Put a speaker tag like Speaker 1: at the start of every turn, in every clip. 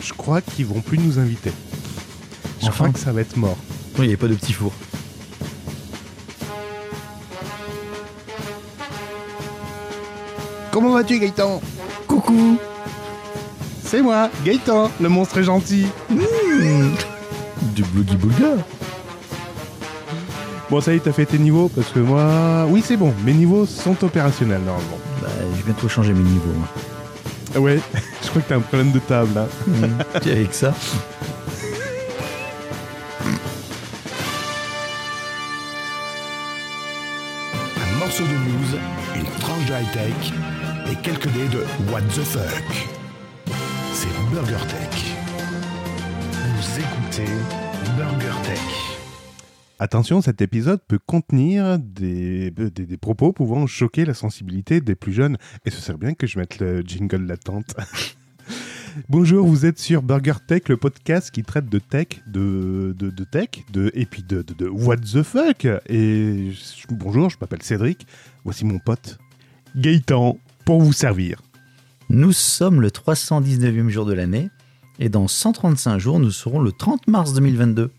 Speaker 1: Je crois qu'ils vont plus nous inviter. Je
Speaker 2: Enfin.
Speaker 1: crois que ça va être mort.
Speaker 2: Oui, il n'y a pas de petit four.
Speaker 1: Comment vas-tu Gaëtan
Speaker 2: Coucou
Speaker 1: C'est moi, Gaëtan, le monstre est gentil.
Speaker 2: Du Boogie Booga
Speaker 1: Bon ça y est, t'as fait tes niveaux parce que moi... Oui c'est bon, mes niveaux sont opérationnels normalement.
Speaker 2: Bah, je vais bientôt changer mes niveaux. hein. moi.
Speaker 1: Ah Ouais, je crois que t'as un problème de table hein. là.
Speaker 2: Tu es avec ça
Speaker 3: Un morceau de news, une tranche de high-tech et quelques dés de What the fuck. C'est Burger Tech. Vous écoutez Burger Tech.
Speaker 1: Attention, cet épisode peut contenir des, des- des propos pouvant choquer la sensibilité des plus jeunes. Et ce serait bien que je mette le jingle d'attente. Bonjour, vous êtes sur Burger Tech, le podcast qui traite de tech, de, de, de tech, de, et puis de, de- de what the fuck. Et je- bonjour, je m'appelle Cédric. Voici mon pote Gaëtan pour vous servir.
Speaker 2: Nous sommes le 319e jour de l'année et dans 135 jours, nous serons le 30 mars 2022.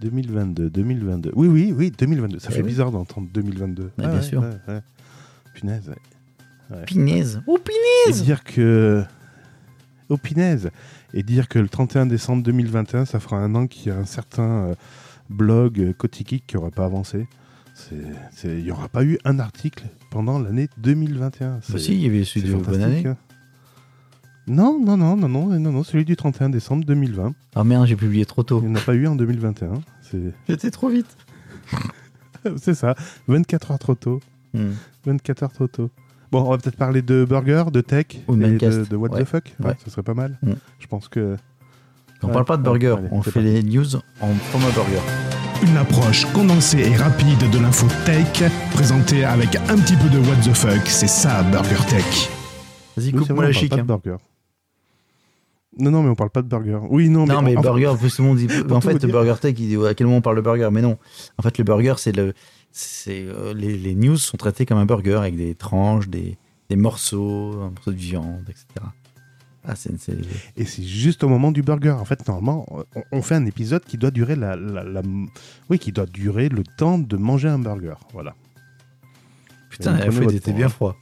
Speaker 1: 2022, 2022. Oui, oui, oui, 2022. Ça
Speaker 2: Eh
Speaker 1: fait
Speaker 2: oui.
Speaker 1: bizarre d'entendre 2022.
Speaker 2: Ah, bien sûr.
Speaker 1: ouais, ouais. Punaise.
Speaker 2: Pinaise Oh, pinaise
Speaker 1: et dire que. Oh, punaise. Et dire que le 31 décembre 2021, ça fera un an qu'il y a un certain euh, blog euh, Kotikic qui n'aura pas avancé. C'est- c'est- Il n'y aura pas eu un article pendant l'année 2021. C'est-
Speaker 2: Bah si, il y avait
Speaker 1: c'est
Speaker 2: celui de Bonne Année.
Speaker 1: fantastique. hein. Non, non, non, non, non, non, non, celui du 31 décembre 2020.
Speaker 2: Ah merde, j'ai publié trop
Speaker 1: Il
Speaker 2: tôt.
Speaker 1: n'y en a pas eu en 2021. C'est-
Speaker 2: J'étais trop vite.
Speaker 1: C'est ça, 24 heures trop tôt.
Speaker 2: Hmm.
Speaker 1: 24 heures trop tôt. Bon, on va peut-être parler de burger, de tech,
Speaker 2: Ou de
Speaker 1: et de,
Speaker 2: Mancast.
Speaker 1: de what
Speaker 2: Ouais.
Speaker 1: the fuck.
Speaker 2: Ouais.
Speaker 1: ce serait pas mal.
Speaker 2: Mm.
Speaker 1: Je pense que
Speaker 2: On
Speaker 1: Ouais.
Speaker 2: parle pas de burger,
Speaker 1: Allez,
Speaker 2: on
Speaker 1: c'est
Speaker 2: fait les news en format burger.
Speaker 3: Une approche condensée et rapide de l'info tech, présentée avec un petit peu de What the fuck. C'est ça, Burger Tech.
Speaker 2: Vas-y,
Speaker 1: Oui, c'est
Speaker 2: coupe-moi
Speaker 1: vrai,
Speaker 2: la
Speaker 1: on parle
Speaker 2: chic.
Speaker 1: pas de
Speaker 2: hein.
Speaker 1: burger. Non, non, mais on parle pas de burger. Oui, non,
Speaker 2: Non,
Speaker 1: mais,
Speaker 2: mais
Speaker 1: enfin,
Speaker 2: burger, plus tout le monde dit. en
Speaker 1: tout vous
Speaker 2: fait,
Speaker 1: dire.
Speaker 2: Burger Tech, il dit à quel moment on parle de burger Mais non. En fait, le burger, c'est le. c'est euh, les, les news sont traitées comme un burger avec des tranches, des, des morceaux, un morceau de viande, etc. Ah, c'est. c'est-
Speaker 1: Et c'est juste au moment du burger. En fait, normalement, on, on fait un épisode qui doit durer la, la- la- Oui, qui doit durer le temps de manger un burger. Voilà.
Speaker 2: Putain,
Speaker 1: vous
Speaker 2: la
Speaker 1: prenez
Speaker 2: feuille
Speaker 1: votre
Speaker 2: était
Speaker 1: temps,
Speaker 2: bien
Speaker 1: hein.
Speaker 2: froid.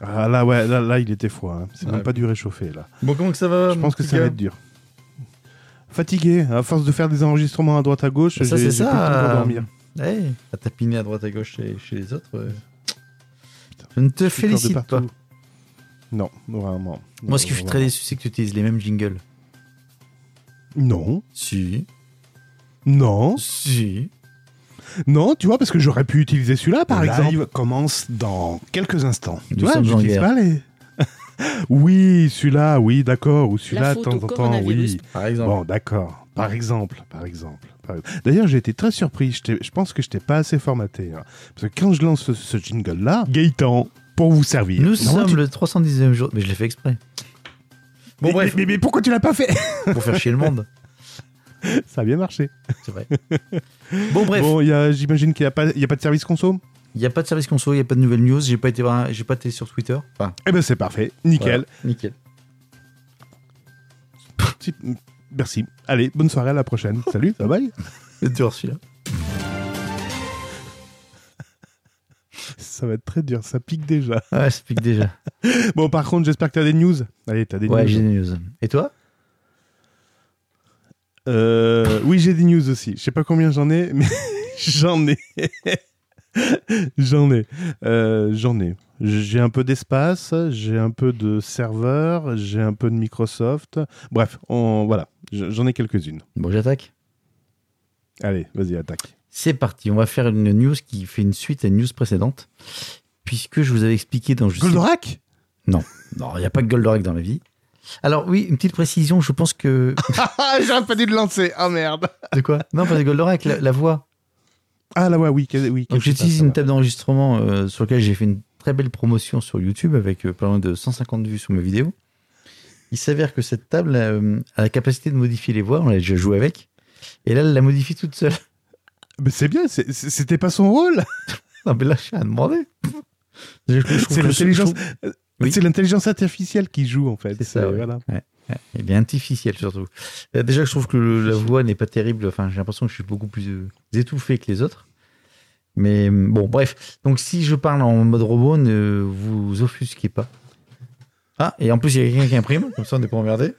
Speaker 1: Ah, là, ouais, là, là, il était froid. hein. C'est
Speaker 2: Ouais.
Speaker 1: même pas du réchauffé, là.
Speaker 2: Bon, comment que ça va
Speaker 1: Je pense que ça va être dur. Fatigué, à force de faire des enregistrements à droite à gauche,
Speaker 2: Ça,
Speaker 1: j'ai
Speaker 2: c'est
Speaker 1: j'ai plus
Speaker 2: ça,
Speaker 1: le temps pour
Speaker 2: euh,
Speaker 1: dormir.
Speaker 2: Ouais, à tapiner à droite à gauche chez, chez les autres. euh. Je ne te
Speaker 1: Je suis
Speaker 2: félicite
Speaker 1: de
Speaker 2: pas.
Speaker 1: partout. Non, vraiment.
Speaker 2: Moi, ce qui je suis très déçu, c'est que tu utilises les mêmes jingles.
Speaker 1: Non,
Speaker 2: Si.
Speaker 1: non,
Speaker 2: Si.
Speaker 1: non, tu vois, parce que j'aurais pu utiliser celui-là, par
Speaker 3: Le
Speaker 1: exemple.
Speaker 3: live commence dans quelques instants.
Speaker 1: Tu vois,
Speaker 2: sommes en
Speaker 1: j'utilise
Speaker 2: guerre.
Speaker 1: pas les. oui, celui-là, oui, d'accord, ou celui-là,
Speaker 4: La
Speaker 1: de
Speaker 4: faute
Speaker 1: temps
Speaker 4: au
Speaker 1: en temps,
Speaker 4: coronavirus.
Speaker 1: oui.
Speaker 2: Par exemple.
Speaker 1: Bon, d'accord. Par exemple, par exemple. par exemple. D'ailleurs, j'ai été très surpris. Je, t'ai- je pense que je t'ai pas assez formaté. hein. Parce que quand je lance ce, ce jingle-là, Gaëtan, pour vous servir.
Speaker 2: Nous
Speaker 1: Non,
Speaker 2: sommes
Speaker 1: tu-
Speaker 2: le 319e jour. Mais je l'ai fait exprès. Bon,
Speaker 1: Mais-
Speaker 2: bref,
Speaker 1: mais- mais- mais pourquoi tu l'as pas fait
Speaker 2: pour faire chier le monde. hein,
Speaker 1: Ça a bien marché.
Speaker 2: C'est vrai. Bon, bref, il
Speaker 1: Bon, il y a- j'imagine qu'il n'y a, pas- il y a pas de service consomme
Speaker 2: n'y a pas de service conso, il n'y a pas de nouvelles news, j'ai pas été, voir- j'ai pas été sur Twitter. Enfin,
Speaker 1: Eh ben, c'est parfait. Nickel.
Speaker 2: voilà, nickel.
Speaker 1: Petit- Merci. Allez, bonne soirée, à la prochaine. Salut, bye bye.
Speaker 2: C'est dur celui-là.
Speaker 1: Ça va être très dur, ça pique déjà.
Speaker 2: Ouais, Ah, ça pique déjà.
Speaker 1: Bon, par contre, j'espère que t'as des news. Allez, t'as des
Speaker 2: ouais, j'ai
Speaker 1: news.
Speaker 2: des news. Et toi
Speaker 1: Euh, oui, j'ai des news aussi. Je sais pas combien j'en ai, mais j'en ai. j'en ai. Euh, j'en ai. J'ai un peu d'espace, j'ai un peu de serveur, j'ai un peu de Microsoft. Bref, on, voilà, Je- j'en ai quelques-unes.
Speaker 2: Bon, j'attaque.
Speaker 1: Allez, vas-y, attaque.
Speaker 2: C'est parti, on va faire une news qui fait une suite à une news précédente. Puisque je vous avais expliqué dans je sais-
Speaker 1: Goldorak
Speaker 2: Non, il n'y a pas que Goldorak dans la vie. Alors, oui, une petite précision, je pense que.
Speaker 1: Ah, j'aurais pas dû le lancer.
Speaker 2: Oh,
Speaker 1: Ah merde.
Speaker 2: De quoi Non, pas de Goldorak, la- la voix.
Speaker 1: Ah là, ouais, oui, que- oui.
Speaker 2: Donc
Speaker 1: qu'est-ce qui
Speaker 2: j'utilise
Speaker 1: passe,
Speaker 2: une
Speaker 1: ça
Speaker 2: table d'enregistrement euh, sur laquelle j'ai fait une très belle promotion sur YouTube avec euh, pas loin de 150 vues sur mes vidéos. Il s'avère que cette table euh, a la capacité de modifier les voix, on l'a déjà joué avec, et là elle la modifie toute seule.
Speaker 1: va. Mais c'est bien, c'est- c'est- c'était pas son rôle.
Speaker 2: Non mais là j'ai rien demandé. Je- je trouve
Speaker 1: C'est
Speaker 2: que-
Speaker 1: l'intelligence.
Speaker 2: je trouve- Oui.
Speaker 1: C'est l'intelligence artificielle qui joue en fait. Euh,
Speaker 2: C'est ça, ouais.
Speaker 1: voilà.
Speaker 2: Ouais, Elle est artificielle Eh surtout. Euh, Déjà, je trouve que le- la voix n'est pas terrible. Enfin, j'ai l'impression que je suis beaucoup plus euh, étouffé que les autres. Mais euh, bon, bref. Donc, si je parle en mode robot, ne vous offusquez pas. Ah, et en plus, il y a quelqu'un qui imprime. Comme ça, on n'est pas emmerdé.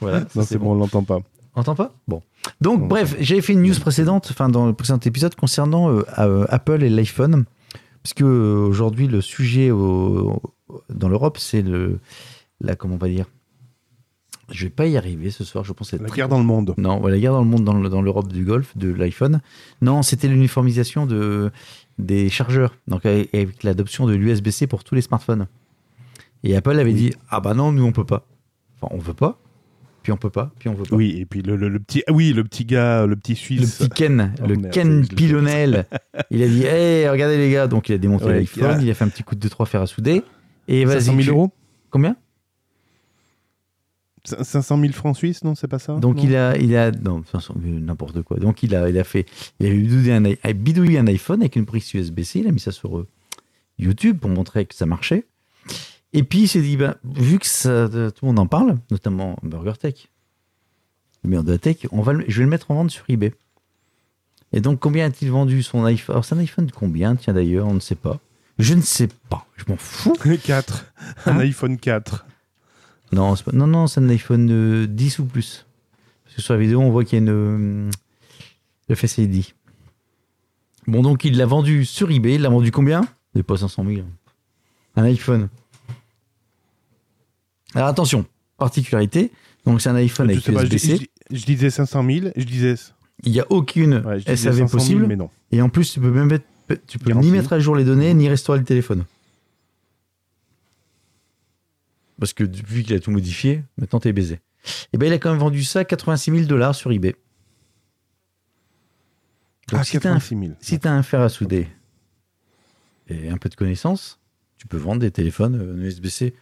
Speaker 2: Voilà, ça,
Speaker 1: Non, c'est bon, on l'entend pas.
Speaker 2: Entends pas Bon. Donc,
Speaker 1: Bon.
Speaker 2: bref, j'avais fait une news précédente, enfin, dans le précédent épisode, concernant euh, euh, Apple et l'iPhone. Puisque euh, aujourd'hui, le sujet au- au- dans l'Europe, c'est le. La, comment on va dire Je vais pas y arriver ce soir, je pense être
Speaker 1: La
Speaker 2: très-
Speaker 1: guerre dans le monde.
Speaker 2: Non, ouais, la guerre dans le monde, dans le- dans l'Europe du Golfe, de l'iPhone. Non, c'était l'uniformisation de, des chargeurs, donc avec avec l'adoption de l'USB-C pour tous les smartphones. Et Apple avait dit Ah bah non, nous on peut pas. Enfin, on veut pas, puis on peut pas, puis on veut pas.
Speaker 1: Oui, et puis le, le- le petit, ah oui, le petit gars, le petit
Speaker 2: Le
Speaker 1: suisse.
Speaker 2: petit Ken,
Speaker 1: Oh
Speaker 2: le
Speaker 1: merde, je
Speaker 2: Ken
Speaker 1: l'ai fait.
Speaker 2: Pilonel, il a dit Hey, regardez les gars Donc il a démonté
Speaker 1: Ouais,
Speaker 2: l'iPhone,
Speaker 1: ah.
Speaker 2: il a fait un petit coup de 2-3 fer à souder. Et vas-y.
Speaker 1: 500
Speaker 2: tu-
Speaker 1: 000 euros
Speaker 2: Combien
Speaker 1: Cin- 500 000 francs suisses, non C'est pas ça
Speaker 2: Donc il a, il a. Non, 500 euh, n'importe quoi. Donc il a, il a fait. Il a bidouillé un, i- a bidouillé un iPhone avec une prise USB-C, il a mis ça sur euh, YouTube pour montrer que ça marchait. Et puis il s'est dit ben, Vu que ça, euh, tout le monde en parle, notamment BurgerTech, le meilleur de la tech, on va, le- je vais le mettre en vente sur eBay. Et donc, combien a-t-il vendu son iPhone Alors, c'est un iPhone de combien Tiens, d'ailleurs, on ne sait pas. Je ne sais pas. Je m'en fous.
Speaker 1: 4. Un
Speaker 2: Hein
Speaker 1: iPhone 4.
Speaker 2: Non, c'est pas- non, non, c'est un iPhone euh, 10 ou plus. Parce que sur la vidéo, on voit qu'il y a une. euh, le Face ID. Bon, donc, il l'a vendu sur eBay. Il l'a vendu combien C'est pas 500 000. Un iPhone. Alors, attention. Particularité. Donc, c'est un iPhone
Speaker 1: je
Speaker 2: avec
Speaker 1: sais pas, je, dis-
Speaker 2: USB-C.
Speaker 1: je dis- je disais 500 000, je disais,
Speaker 2: Il n'y a aucune
Speaker 1: ouais, je disais
Speaker 2: SAV
Speaker 1: 500 000,
Speaker 2: possible.
Speaker 1: mais non.
Speaker 2: Et en plus, tu peux même mettre- tu peux
Speaker 1: Garantie.
Speaker 2: ni mettre à jour les données, ni restaurer le téléphone. Parce que depuis qu'il a tout modifié, maintenant t'es baisé. Et ben il a quand même vendu ça à 86 000 dollars sur eBay. Donc,
Speaker 1: Ah,
Speaker 2: si t'as un,
Speaker 1: 86 000.
Speaker 2: si t'as un fer à souder et un peu de connaissance, tu peux vendre des téléphones euh, USB-C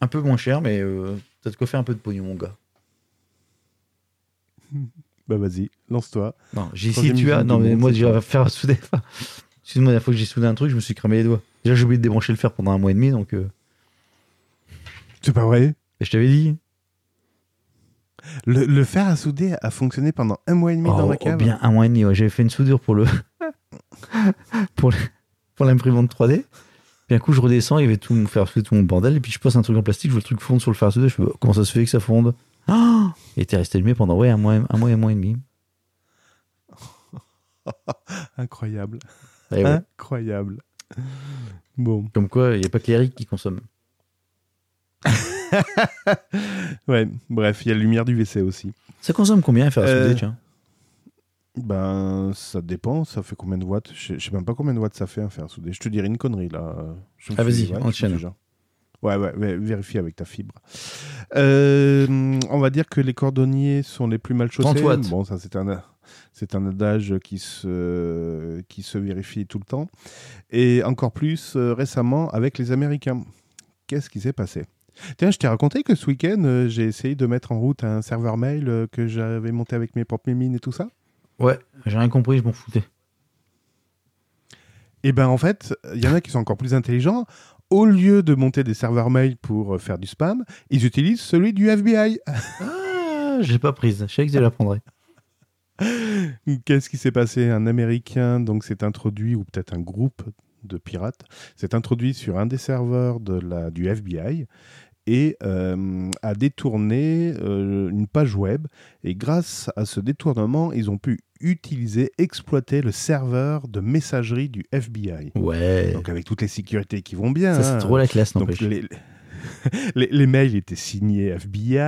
Speaker 2: un peu moins cher, mais euh, t'as de quoi faire un peu de pognon, mon gars.
Speaker 1: Bah vas-y, lance-toi.
Speaker 2: Non, j'ai si
Speaker 1: Troisième
Speaker 2: tu as.
Speaker 1: usine
Speaker 2: Non,
Speaker 1: du
Speaker 2: mais
Speaker 1: monde,
Speaker 2: moi,
Speaker 1: c'est
Speaker 2: déjà,
Speaker 1: ça.
Speaker 2: va faire souder. Enfin, Excuse-moi, la fois que j'ai soudé un truc, je me suis cramé les doigts. Déjà, j'ai oublié de débrancher le fer pendant un mois et demi, donc. euh,
Speaker 1: C'est pas vrai
Speaker 2: et je t'avais dit.
Speaker 1: le, le fer à souder a fonctionné pendant un mois et demi
Speaker 2: Oh,
Speaker 1: dans ma
Speaker 2: oh,
Speaker 1: cave.
Speaker 2: bien un mois et demi, ouais. J'avais fait une soudure pour le. pour le- pour l'imprimante 3D. Puis un coup, je redescends, il y avait tout mon fer à souder, tout mon bordel. Et puis, je passe un truc en plastique, je vois le truc fondre sur le fer à souder. Je fais, bah, comment ça se fait que ça fonde Ah Et t'es resté allumé pendant, ouais, un mois, un mois et un mois et demi.
Speaker 1: Incroyable.
Speaker 2: Et Eh ouais.
Speaker 1: Hein Incroyable. Bon,
Speaker 2: Comme quoi, il n'y a pas que les Eric qui consomment.
Speaker 1: ouais, bref, il y a la lumière du WC aussi.
Speaker 2: Ça consomme combien, un fer à
Speaker 1: Euh,
Speaker 2: souder, tiens
Speaker 1: Ben, ça dépend, ça fait combien de watts je sais, je sais même pas combien de watts ça fait un fer à souder. Je te dirai une connerie là. Je me
Speaker 2: Ah,
Speaker 1: suis-
Speaker 2: vas-y,
Speaker 1: je me
Speaker 2: enchaîne.
Speaker 1: suis déjà- Ouais, ouais, ouais, vérifie avec ta fibre. Euh, on va dire que les cordonniers sont les plus mal chaussés.
Speaker 2: 30 watts.
Speaker 1: Bon, ça c'est un, c'est un adage qui se, qui se vérifie tout le temps. Et encore plus euh, récemment avec les Américains. Qu'est-ce qui s'est passé Tiens, je t'ai raconté que ce week-end, euh, j'ai essayé de mettre en route un serveur mail euh, que j'avais monté avec mes propres mines et tout ça.
Speaker 2: Ouais, j'ai rien compris, je m'en foutais.
Speaker 1: Eh ben en fait, il y en a qui sont encore plus intelligents. Au lieu de monter des serveurs mail pour euh, faire du spam, ils utilisent celui du FBI.
Speaker 2: Ah, j'ai pas prise. Je savais que je la prendrais.
Speaker 1: Qu'est-ce qui s'est passé Un Américain donc s'est introduit, ou peut-être un groupe de pirates, s'est introduit sur un des serveurs de la, du FBI et euh, a détourné euh, une page web. Et grâce à ce détournement, ils ont pu utiliser, exploiter le serveur de messagerie du FBI.
Speaker 2: Ouais.
Speaker 1: Donc avec toutes les sécurités qui vont bien.
Speaker 2: ça, c'est
Speaker 1: hein.
Speaker 2: trop la classe,
Speaker 1: Donc
Speaker 2: n'empêche.
Speaker 1: les, les, les mails étaient signés FBI,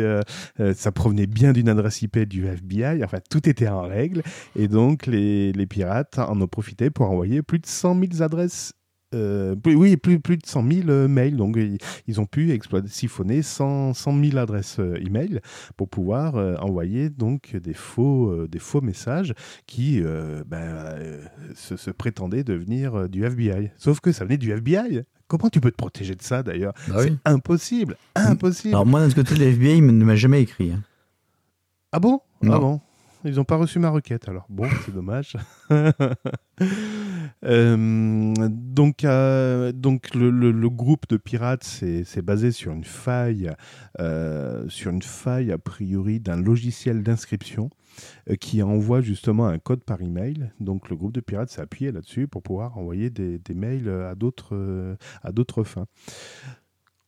Speaker 1: euh, euh, ça provenait bien d'une adresse IP du FBI, enfin tout était en règle, et donc les, les pirates en ont profité pour envoyer plus de 100 000 adresses. euh, plus- oui, plus, plus de 100 000 euh, mails. Donc, ils, ils ont pu exploiter, siphonner 100, 100 000 adresses euh, email pour pouvoir euh, envoyer donc des faux, euh, des faux messages qui euh, ben, euh, se, se prétendaient devenir euh, du FBI. Sauf que ça venait du FBI. Comment tu peux te protéger de ça d'ailleurs
Speaker 2: Ah oui.
Speaker 1: Impossible, impossible.
Speaker 2: Alors moi, d'un autre côté, le FBI ne m'a jamais écrit. hein.
Speaker 1: Ah bon
Speaker 2: Non.
Speaker 1: Ah bon Ils n'ont pas reçu ma requête alors. Bon, c'est dommage. Euh, donc, euh, donc le, le- le groupe de pirates s'est s'est basé sur une faille, euh, sur une faille a priori d'un logiciel d'inscription euh, qui envoie justement un code par email. Donc, le groupe de pirates s'est appuyé là-dessus pour pouvoir envoyer des, des mails à d'autres euh, à d'autres fins.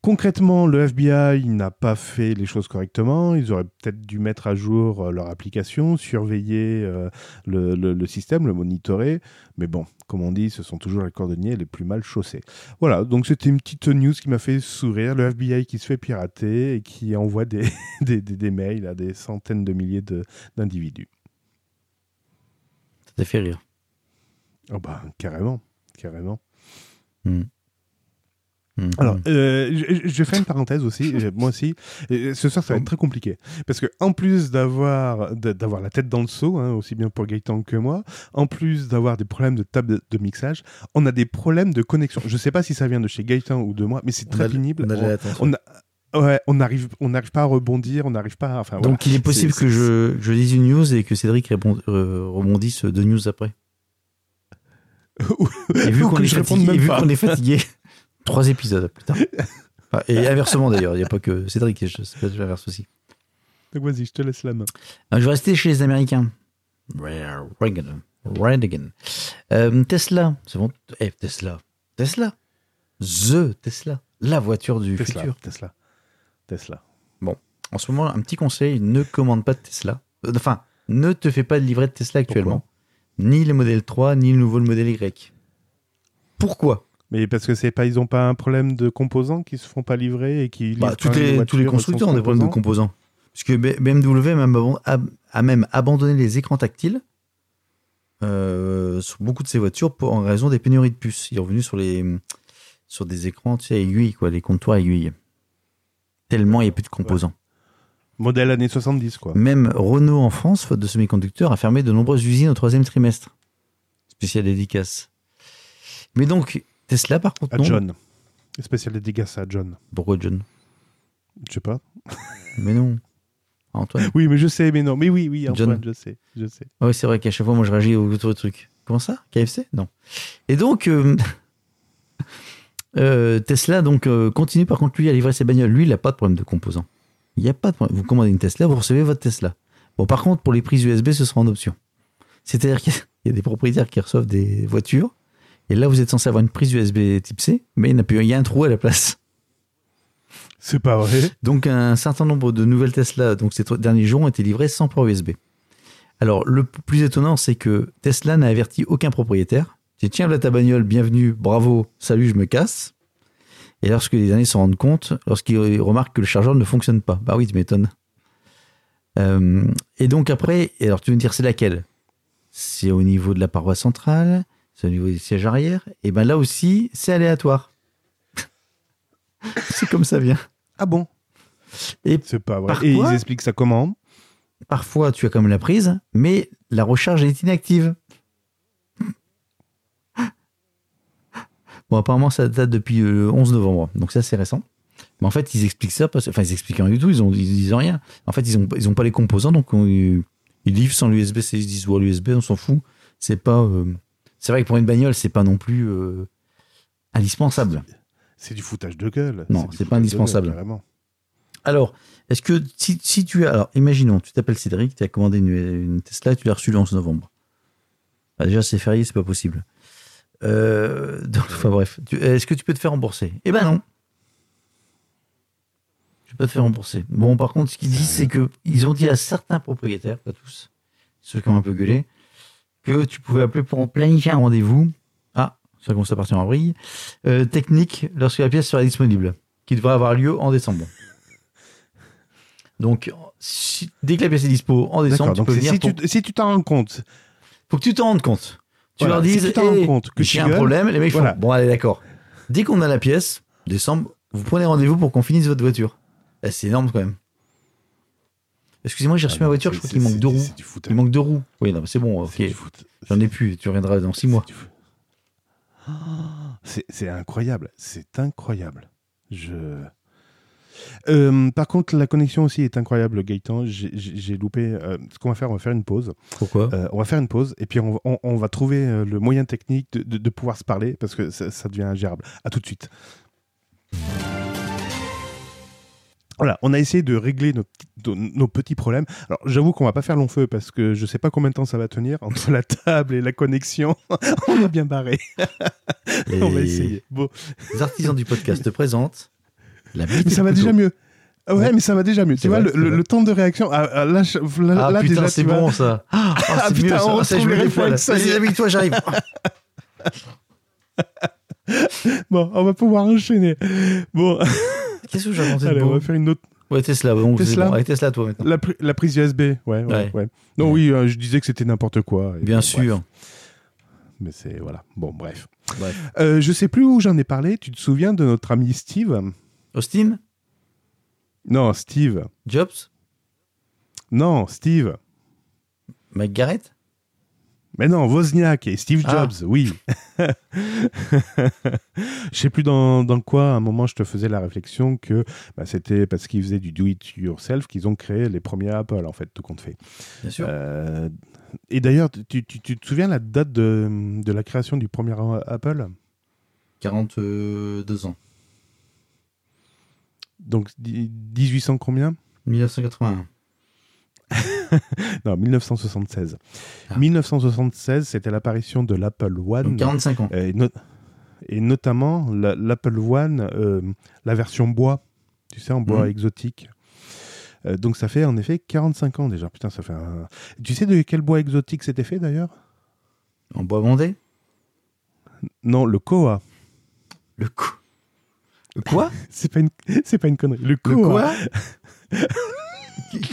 Speaker 1: Concrètement, le FBI n'a pas fait les choses correctement. Ils auraient peut-être dû mettre à jour euh, leur application, surveiller euh, le, le- le système, le monitorer. Mais bon, comme on dit, ce sont toujours les cordonniers les plus mal chaussés. Voilà, donc c'était une petite news qui m'a fait sourire. Le FBI qui se fait pirater et qui envoie des, des, des- des mails à des centaines de milliers de- d'individus.
Speaker 2: Ça t'a fait rire.
Speaker 1: Oh bah, carrément, carrément.
Speaker 2: Mhm.
Speaker 1: Alors, euh, je, je- je fais une parenthèse aussi, euh, moi aussi. Euh, Ce soir, ça va être très compliqué. Parce que, en plus d'avoir de- d'avoir la tête dans le seau, hein, aussi bien pour Gaëtan que moi, en plus d'avoir des problèmes de table de- de mixage, on a des problèmes de connexion. Je sais pas si ça vient de chez Gaëtan ou de moi, mais c'est
Speaker 2: On a-
Speaker 1: très pénible.
Speaker 2: on a de
Speaker 1: On-
Speaker 2: l'attention.
Speaker 1: on a- ouais, on n'arrive on n'arrive pas à rebondir, on n'arrive pas à. Enfin, voilà.
Speaker 2: Donc il est possible
Speaker 1: C'est-
Speaker 2: que je, je lise une news et que Cédric répond- euh, rebondisse deux news après. Et vu
Speaker 1: Ou
Speaker 2: qu'on
Speaker 1: que
Speaker 2: est,
Speaker 1: je réponde
Speaker 2: fatigué-
Speaker 1: même
Speaker 2: et vu
Speaker 1: pas.
Speaker 2: qu'on est fatigué, trois épisodes plus tard. Enfin, et inversement d'ailleurs, il n'y a pas que Cédric, je- c'est l'inverse aussi.
Speaker 1: Donc, vas-y, je te laisse la main.
Speaker 2: Ah, je vais rester chez les Américains. Reagan. Reagan. Euh, Tesla. C'est bon. Eh, Tesla. Tesla. The Tesla. La voiture du
Speaker 1: Tesla.
Speaker 2: futur.
Speaker 1: Tesla. Tesla.
Speaker 2: En ce moment, un petit conseil, ne commande pas de Tesla. Euh, Enfin, ne te fais pas de livret de Tesla actuellement. ni le modèle 3, ni le nouveau le modèle Y. Pourquoi
Speaker 1: Mais parce que c'est pas, ils ont pas un problème de composants qui se font pas livrer et qui.
Speaker 2: Bah,
Speaker 1: livrent
Speaker 2: toutes
Speaker 1: quand même
Speaker 2: les-
Speaker 1: une
Speaker 2: Tous les
Speaker 1: voiture sans
Speaker 2: constructeurs ont des problèmes de
Speaker 1: composants.
Speaker 2: composants. Puisque B- BMW a même, abandon- a- a même abandonné les écrans tactiles euh, sur beaucoup de ses voitures pour, en raison des pénuries de puces. Ils sont revenus sur, les, sur des écrans tu sais, à aiguilles, quoi, les comptoirs à aiguilles. Tellement il n'y a plus de composants.
Speaker 1: Modèle années 70, quoi.
Speaker 2: Même Renault en France, faute de semi-conducteurs, a fermé de nombreuses usines au troisième trimestre. Spécial dédicace. Mais donc, Tesla, par contre,
Speaker 1: À
Speaker 2: non.
Speaker 1: John. Spécial dédicace à John.
Speaker 2: Pourquoi John
Speaker 1: Je sais pas.
Speaker 2: Mais non. Ah, Antoine.
Speaker 1: Oui, mais je sais, mais non. Mais oui, oui, Antoine,
Speaker 2: John.
Speaker 1: je sais. Je sais.
Speaker 2: Ah Oui, c'est vrai qu'à chaque fois, moi, je réagis au autre truc. Comment ça KFC Non. Et donc, euh, euh, Tesla donc, euh, continue par contre, lui, à livrer ses bagnoles. Lui, il n'a pas de problème de composants. Il n'y a pas de problème. Vous commandez une Tesla, vous recevez votre Tesla. Bon, par contre, pour les prises USB, ce sera en option. C'est-à-dire qu'il y a des propriétaires qui reçoivent des voitures. Et là, vous êtes censé avoir une prise USB type C, mais il n'y en a plus. Il y a un trou à la place.
Speaker 1: C'est pas vrai.
Speaker 2: Donc, un certain nombre de nouvelles Tesla, donc ces trois derniers jours, ont été livrées sans port USB. Alors, le p- plus étonnant, c'est que Tesla n'a averti aucun propriétaire. C'est tiens, voilà ta bagnole, bienvenue, bravo, salut, je me casse. Et lorsque les derniers s'en rendent compte, lorsqu'ils remarquent que le chargeur ne fonctionne pas, bah oui, tu m'étonnes. Euh, et donc après, et alors tu veux me dire c'est laquelle C'est au niveau de la paroi centrale, c'est au niveau du siège arrière. Et ben là aussi, c'est aléatoire. c'est comme ça vient.
Speaker 1: Ah bon
Speaker 2: Et
Speaker 1: C'est pas vrai.
Speaker 2: Par
Speaker 1: et ils
Speaker 2: quoi
Speaker 1: expliquent ça comment
Speaker 2: parfois tu as quand même la prise, mais la recharge est inactive. Bon, apparemment, ça date depuis euh, le 11 novembre, donc ça, c'est récent. Mais en fait, ils expliquent ça, parce... enfin, ils expliquent rien du tout, ils, ont, ils disent rien. En fait, ils n'ont ils ont pas les composants, donc on- ils livrent sans l'USB-C, ils se disent, ouais, l'USB, on s'en fout. C'est pas. euh, C'est vrai que pour une bagnole, c'est pas non plus euh, indispensable.
Speaker 1: C'est du foutage de gueule.
Speaker 2: Non,
Speaker 1: du
Speaker 2: c'est
Speaker 1: foutage
Speaker 2: pas
Speaker 1: de
Speaker 2: indispensable.
Speaker 1: gueule, carrément.
Speaker 2: Alors, est-ce que si, si tu as. Alors, imaginons, tu t'appelles Cédric, tu as commandé une, une Tesla et tu l'as reçue le 11 novembre. Bah, déjà, c'est férié, c'est pas possible. Euh, donc, enfin bref, Tu- est-ce que tu peux te faire rembourser Eh ben non. Tu peux pas te faire rembourser. Bon, par contre, ce qu'ils disent, c'est que ils ont dit à certains propriétaires, pas tous, ceux qui ont un peu gueulé, que tu pouvais appeler pour en planifier un rendez-vous. Ah, ça commence à partir en vrille. Euh, technique, lorsque la pièce sera disponible, qui devrait avoir lieu en décembre. Donc, si- dès que la pièce est dispo en
Speaker 1: D'accord.
Speaker 2: décembre, tu
Speaker 1: Donc
Speaker 2: peux
Speaker 1: c'est-
Speaker 2: venir.
Speaker 1: si,
Speaker 2: pour-
Speaker 1: tu, si tu t'en rends compte,
Speaker 2: faut que tu t'en rendes compte. Tu
Speaker 1: Voilà,
Speaker 2: leur
Speaker 1: si
Speaker 2: dises,
Speaker 1: tu t'en rends
Speaker 2: Eh,
Speaker 1: compte que
Speaker 2: j'ai
Speaker 1: tu
Speaker 2: un
Speaker 1: gueules,
Speaker 2: problème, les mecs
Speaker 1: voilà.
Speaker 2: font, bon allez d'accord. Dès qu'on a la pièce, décembre, vous prenez rendez-vous pour qu'on finisse votre voiture. Eh, c'est énorme quand même. Excusez-moi, j'ai reçu ma voiture, je crois qu'il manque deux roues.
Speaker 1: Ah C'est du foutage.
Speaker 2: Il manque deux roues. Oui, non, mais c'est bon, ok.
Speaker 1: C'est du fout-
Speaker 2: J'en ai plus, tu reviendras dans six mois.
Speaker 1: C'est du fou- Ah, C'est c'est incroyable, c'est incroyable. Je... Euh, par contre, la connexion aussi est incroyable, Gaëtan. J'ai- J'ai j'ai loupé. euh, ce qu'on va faire, on va faire une pause.
Speaker 2: Pourquoi
Speaker 1: Euh, on va faire une pause et puis on, on- on va trouver euh, le moyen technique de, de- de pouvoir se parler parce que ça, ça devient ingérable. À tout de suite. Voilà, on a essayé de régler nos, petits- nos- nos petits problèmes. Alors, j'avoue qu'on va pas faire long feu parce que je sais pas combien de temps ça va tenir entre la table et la connexion. on est bien barré. On va
Speaker 2: Les-
Speaker 1: essayer. Bon,
Speaker 2: Les artisans du podcast te présentent la bite
Speaker 1: mais
Speaker 2: et
Speaker 1: ça
Speaker 2: le
Speaker 1: va
Speaker 2: couteau.
Speaker 1: déjà mieux. Ah Ouais,
Speaker 2: Ouais.
Speaker 1: mais ça va déjà mieux. Tu
Speaker 2: C'est
Speaker 1: vois,
Speaker 2: vrai,
Speaker 1: le-
Speaker 2: c'est
Speaker 1: le,
Speaker 2: vrai.
Speaker 1: le temps de réaction. ah, ah, là, je- là,
Speaker 2: Ah
Speaker 1: là,
Speaker 2: putain,
Speaker 1: déjà,
Speaker 2: c'est
Speaker 1: tu vois.
Speaker 2: bon ça. Ah, c'est
Speaker 1: putain,
Speaker 2: mieux, ça.
Speaker 1: on
Speaker 2: Ah, ça, je
Speaker 1: retrouve
Speaker 2: le
Speaker 1: les
Speaker 2: fais, là.
Speaker 1: réflexes, ça y
Speaker 2: Vas-y,
Speaker 1: est.
Speaker 2: habille-toi, j'arrive.
Speaker 1: Bon, on va pouvoir enchaîner. Bon,
Speaker 2: Qu'est-ce que j'ai inventé de
Speaker 1: allez, on
Speaker 2: beau
Speaker 1: va faire une autre.
Speaker 2: Ouais, Tesla, bon, c'est
Speaker 1: Tesla
Speaker 2: bon. Allez, Tesla, toi maintenant.
Speaker 1: La, pri- la prise USB, ouais. ouais,
Speaker 2: Ouais.
Speaker 1: ouais. Non,
Speaker 2: Ouais.
Speaker 1: oui, euh, je disais que c'était n'importe quoi. Et
Speaker 2: Bien
Speaker 1: bon,
Speaker 2: sûr.
Speaker 1: bref. Mais c'est, voilà. Bon, bref.
Speaker 2: Bref.
Speaker 1: Euh, je sais plus où j'en ai parlé. Tu te souviens de notre ami Steve
Speaker 2: Austin,
Speaker 1: Non, Steve.
Speaker 2: Jobs,
Speaker 1: Non, Steve.
Speaker 2: Mike Garrett.
Speaker 1: Mais non, Wozniak et Steve
Speaker 2: Ah.
Speaker 1: Jobs, oui. je sais plus dans, dans quoi, à un moment, je te faisais la réflexion que bah, c'était parce qu'ils faisaient du do-it-yourself qu'ils ont créé les premiers Apple, en fait, tout compte fait.
Speaker 2: Bien sûr.
Speaker 1: Euh, et d'ailleurs, tu, tu- tu te souviens la date de, de la création du premier Apple
Speaker 2: 42 ans.
Speaker 1: Donc dix- 1800 combien
Speaker 2: 1981.
Speaker 1: Non, 1976.
Speaker 2: Ah.
Speaker 1: 1976, c'était l'apparition de l'Apple One.
Speaker 2: Donc 45 ans.
Speaker 1: et, no- et notamment la- l'Apple One, euh, la version bois, tu sais, en bois
Speaker 2: Mhm.
Speaker 1: exotique. Euh, donc ça fait en effet 45 ans déjà. Putain, ça fait un... Tu sais de quel bois exotique c'était fait d'ailleurs
Speaker 2: En bois bandé
Speaker 1: Non, le koa.
Speaker 2: Le coup. Le quoi
Speaker 1: C'est pas une, c'est pas une connerie. Le
Speaker 2: Le
Speaker 1: koa.
Speaker 2: quoi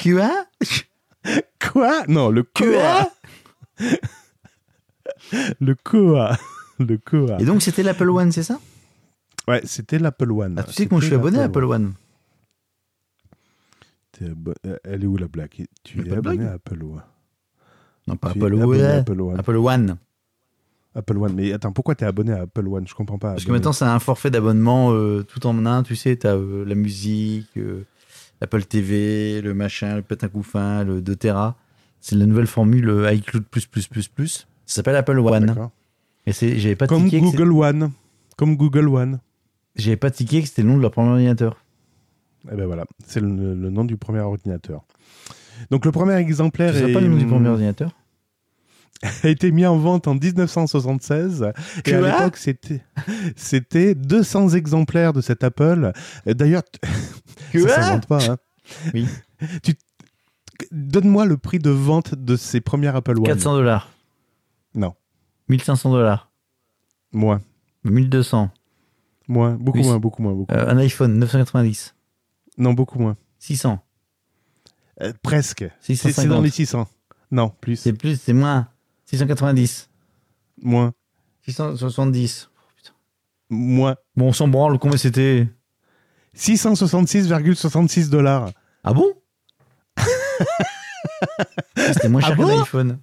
Speaker 2: Quoi
Speaker 1: Quoi Non, le koa. Le koa. Le koa.
Speaker 2: Et donc c'était l'Apple One, c'est ça
Speaker 1: Ouais, c'était l'Apple One.
Speaker 2: Ah, Tu sais que moi je suis
Speaker 1: Bah, C'était
Speaker 2: abonné à
Speaker 1: l'Apple
Speaker 2: Apple One.
Speaker 1: T'es abo- euh, Elle est où la blague Tu es
Speaker 2: Mais pas de
Speaker 1: abonné
Speaker 2: blague.
Speaker 1: à Apple One.
Speaker 2: Non, pas
Speaker 1: Tu
Speaker 2: Apple
Speaker 1: es abonné à
Speaker 2: One.
Speaker 1: Apple One.
Speaker 2: Apple One.
Speaker 1: Apple One. Mais attends, pourquoi t'es abonné à Apple One Je comprends pas.
Speaker 2: Parce que
Speaker 1: abonné.
Speaker 2: maintenant, c'est un forfait d'abonnement euh, tout en un. Tu sais, t'as euh, la musique, euh, l'Apple TV, le machin, le pétin couffin, le 2 Tera. C'est la nouvelle formule euh, iCloud. plus, plus, plus, plus. Ça s'appelle Apple One.
Speaker 1: D'accord.
Speaker 2: Et c'est- j'avais pas,
Speaker 1: Comme
Speaker 2: tiqué que c'est-
Speaker 1: Google One. Comme Google One.
Speaker 2: j'avais pas tiqué que c'était le nom de leur premier ordinateur.
Speaker 1: Et ben voilà, c'est le, le nom du premier ordinateur. Donc le premier exemplaire
Speaker 2: Tu sais
Speaker 1: est-
Speaker 2: pas le nom du premier ordinateur
Speaker 1: a été mis en vente en 1976. et à
Speaker 2: Quoi
Speaker 1: l'époque, c'était, c'était 200 exemplaires de cet Apple. Et D'ailleurs, t- ça s'invente pas. hein.
Speaker 2: ah Oui.
Speaker 1: Tu- Donne-moi le prix de vente de ces premières Apple One.
Speaker 2: 400 dollars.
Speaker 1: Non.
Speaker 2: 1500 dollars.
Speaker 1: Moins.
Speaker 2: 1200.
Speaker 1: Moins. Beaucoup
Speaker 2: Oui.
Speaker 1: moins, beaucoup moins. Beaucoup.
Speaker 2: Euh, un iPhone 990.
Speaker 1: Non, beaucoup moins.
Speaker 2: 600.
Speaker 1: Euh, presque. C'est,
Speaker 2: 650.
Speaker 1: c'est dans les 600. Non, plus.
Speaker 2: C'est plus, c'est moins. 690.
Speaker 1: Moins.
Speaker 2: 670.
Speaker 1: Moins.
Speaker 2: Bon, on s'en branle, combien c'était
Speaker 1: 666,66 dollars.
Speaker 2: Ah bon Ah, C'était moins cher Ah,
Speaker 1: Ah
Speaker 2: qu'un
Speaker 1: bon
Speaker 2: iPhone.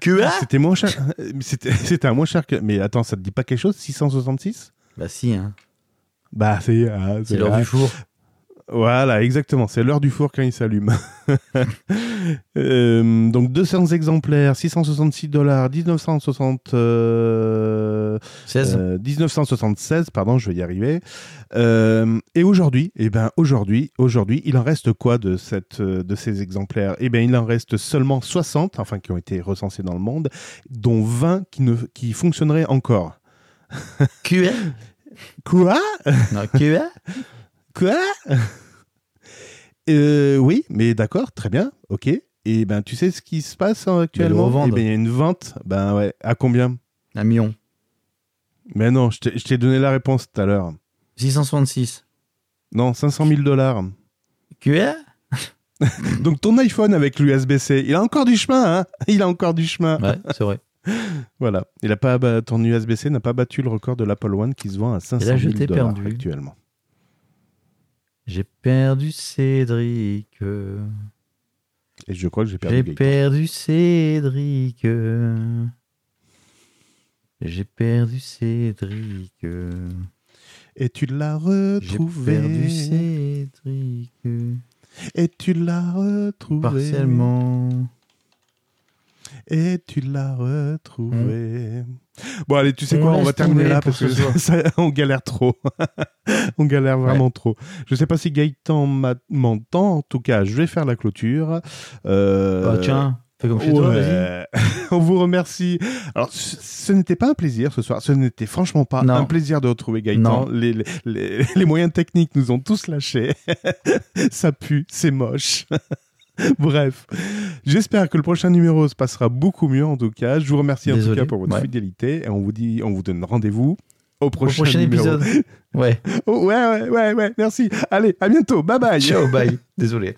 Speaker 2: Que
Speaker 1: C'était moins cher. euh, C'était, c'était un moins cher que. Mais attends, ça te dit pas quelque chose 666
Speaker 2: Bah si, hein.
Speaker 1: Bah, c'est. ah,
Speaker 2: c'est l'heure
Speaker 1: ah.
Speaker 2: du four.
Speaker 1: Voilà, exactement. C'est l'heure du four quand il s'allume. Euh, donc 200 exemplaires, 666 dollars, 1960, euh,
Speaker 2: 16.
Speaker 1: euh, 1976, pardon, je vais y arriver. Euh, et aujourd'hui, eh ben aujourd'hui, aujourd'hui, il en reste quoi de cette, euh, de ces exemplaires Eh ben, il en reste seulement 60, enfin qui ont été recensés dans le monde, dont 20 qui ne, qui fonctionneraient encore.
Speaker 2: QA
Speaker 1: Quoi
Speaker 2: Non, QA
Speaker 1: Quoi Euh, Oui, mais d'accord, très bien, ok. Et ben, tu sais ce qui se passe hein, actuellement Eh
Speaker 2: revendre.
Speaker 1: ben, il y a une vente. Ben ouais, à combien
Speaker 2: Un million.
Speaker 1: Mais non, je t'ai je t'ai donné la réponse tout à l'heure.
Speaker 2: 666.
Speaker 1: Non, 500 000 dollars.
Speaker 2: QA
Speaker 1: Donc ton iPhone avec l'USB-C, il a encore du chemin, hein Il a encore du chemin.
Speaker 2: Ouais, c'est vrai.
Speaker 1: Voilà. Il a pas abat- ton USB-C n'a pas battu le record de l'Apple One qui se vend à 500 000
Speaker 2: je t'ai
Speaker 1: dollars
Speaker 2: perdu.
Speaker 1: actuellement.
Speaker 2: J'ai perdu Cédric.
Speaker 1: Et je crois que j'ai perdu.
Speaker 2: J'ai
Speaker 1: Gaëtan.
Speaker 2: perdu Cédric. J'ai perdu Cédric.
Speaker 1: Et tu l'as
Speaker 2: J'ai
Speaker 1: retrouvé.
Speaker 2: perdu Cédric euh,
Speaker 1: Et tu l'as retrouvé.
Speaker 2: partiellement.
Speaker 1: Et tu l'as retrouvé. Mmh. Bon, allez, tu sais quoi,
Speaker 2: On
Speaker 1: on va
Speaker 2: laisse
Speaker 1: terminer
Speaker 2: tomber
Speaker 1: là
Speaker 2: pour
Speaker 1: parce que
Speaker 2: ce soir.
Speaker 1: ça, on galère trop. on galère vraiment trop. Je sais pas si Gaëtan m'a- m'entend. En tout cas, je vais faire la clôture. Euh,
Speaker 2: Ah, tiens, fais comme chez toi,
Speaker 1: ouais.
Speaker 2: vas-y.
Speaker 1: on vous remercie. Alors, ce, ce n'était pas un plaisir ce soir. Ce n'était franchement pas
Speaker 2: Non.
Speaker 1: un plaisir de retrouver Gaëtan.
Speaker 2: Non.
Speaker 1: Les, les- les- les moyens techniques nous ont tous lâchés. Ça pue, c'est moche. Bref, j'espère que le prochain numéro se passera beaucoup mieux en tout cas. Je vous remercie en tout
Speaker 2: Désolé.
Speaker 1: cas pour votre
Speaker 2: Ouais.
Speaker 1: fidélité et on vous dit, on vous donne rendez-vous au
Speaker 2: Au
Speaker 1: prochain,
Speaker 2: prochain
Speaker 1: numéro.
Speaker 2: épisode. Ouais,
Speaker 1: Oh, ouais, ouais, ouais, ouais, merci. Allez, à bientôt. Bye bye.
Speaker 2: ciao, oh, bye. Désolé.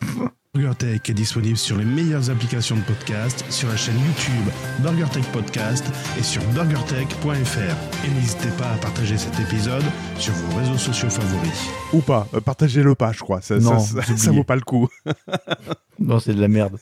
Speaker 3: BurgerTech est disponible sur les meilleures applications de podcast, sur la chaîne YouTube BurgerTech Podcast et sur burgertech.fr. Et n'hésitez pas à partager cet épisode sur vos réseaux sociaux favoris.
Speaker 1: Ou pas, euh, partagez-le pas, je crois. Ça,
Speaker 2: Non,
Speaker 1: ça- ça-
Speaker 2: oubliez.
Speaker 1: ça vaut pas le coup.
Speaker 2: Non, c'est de la merde.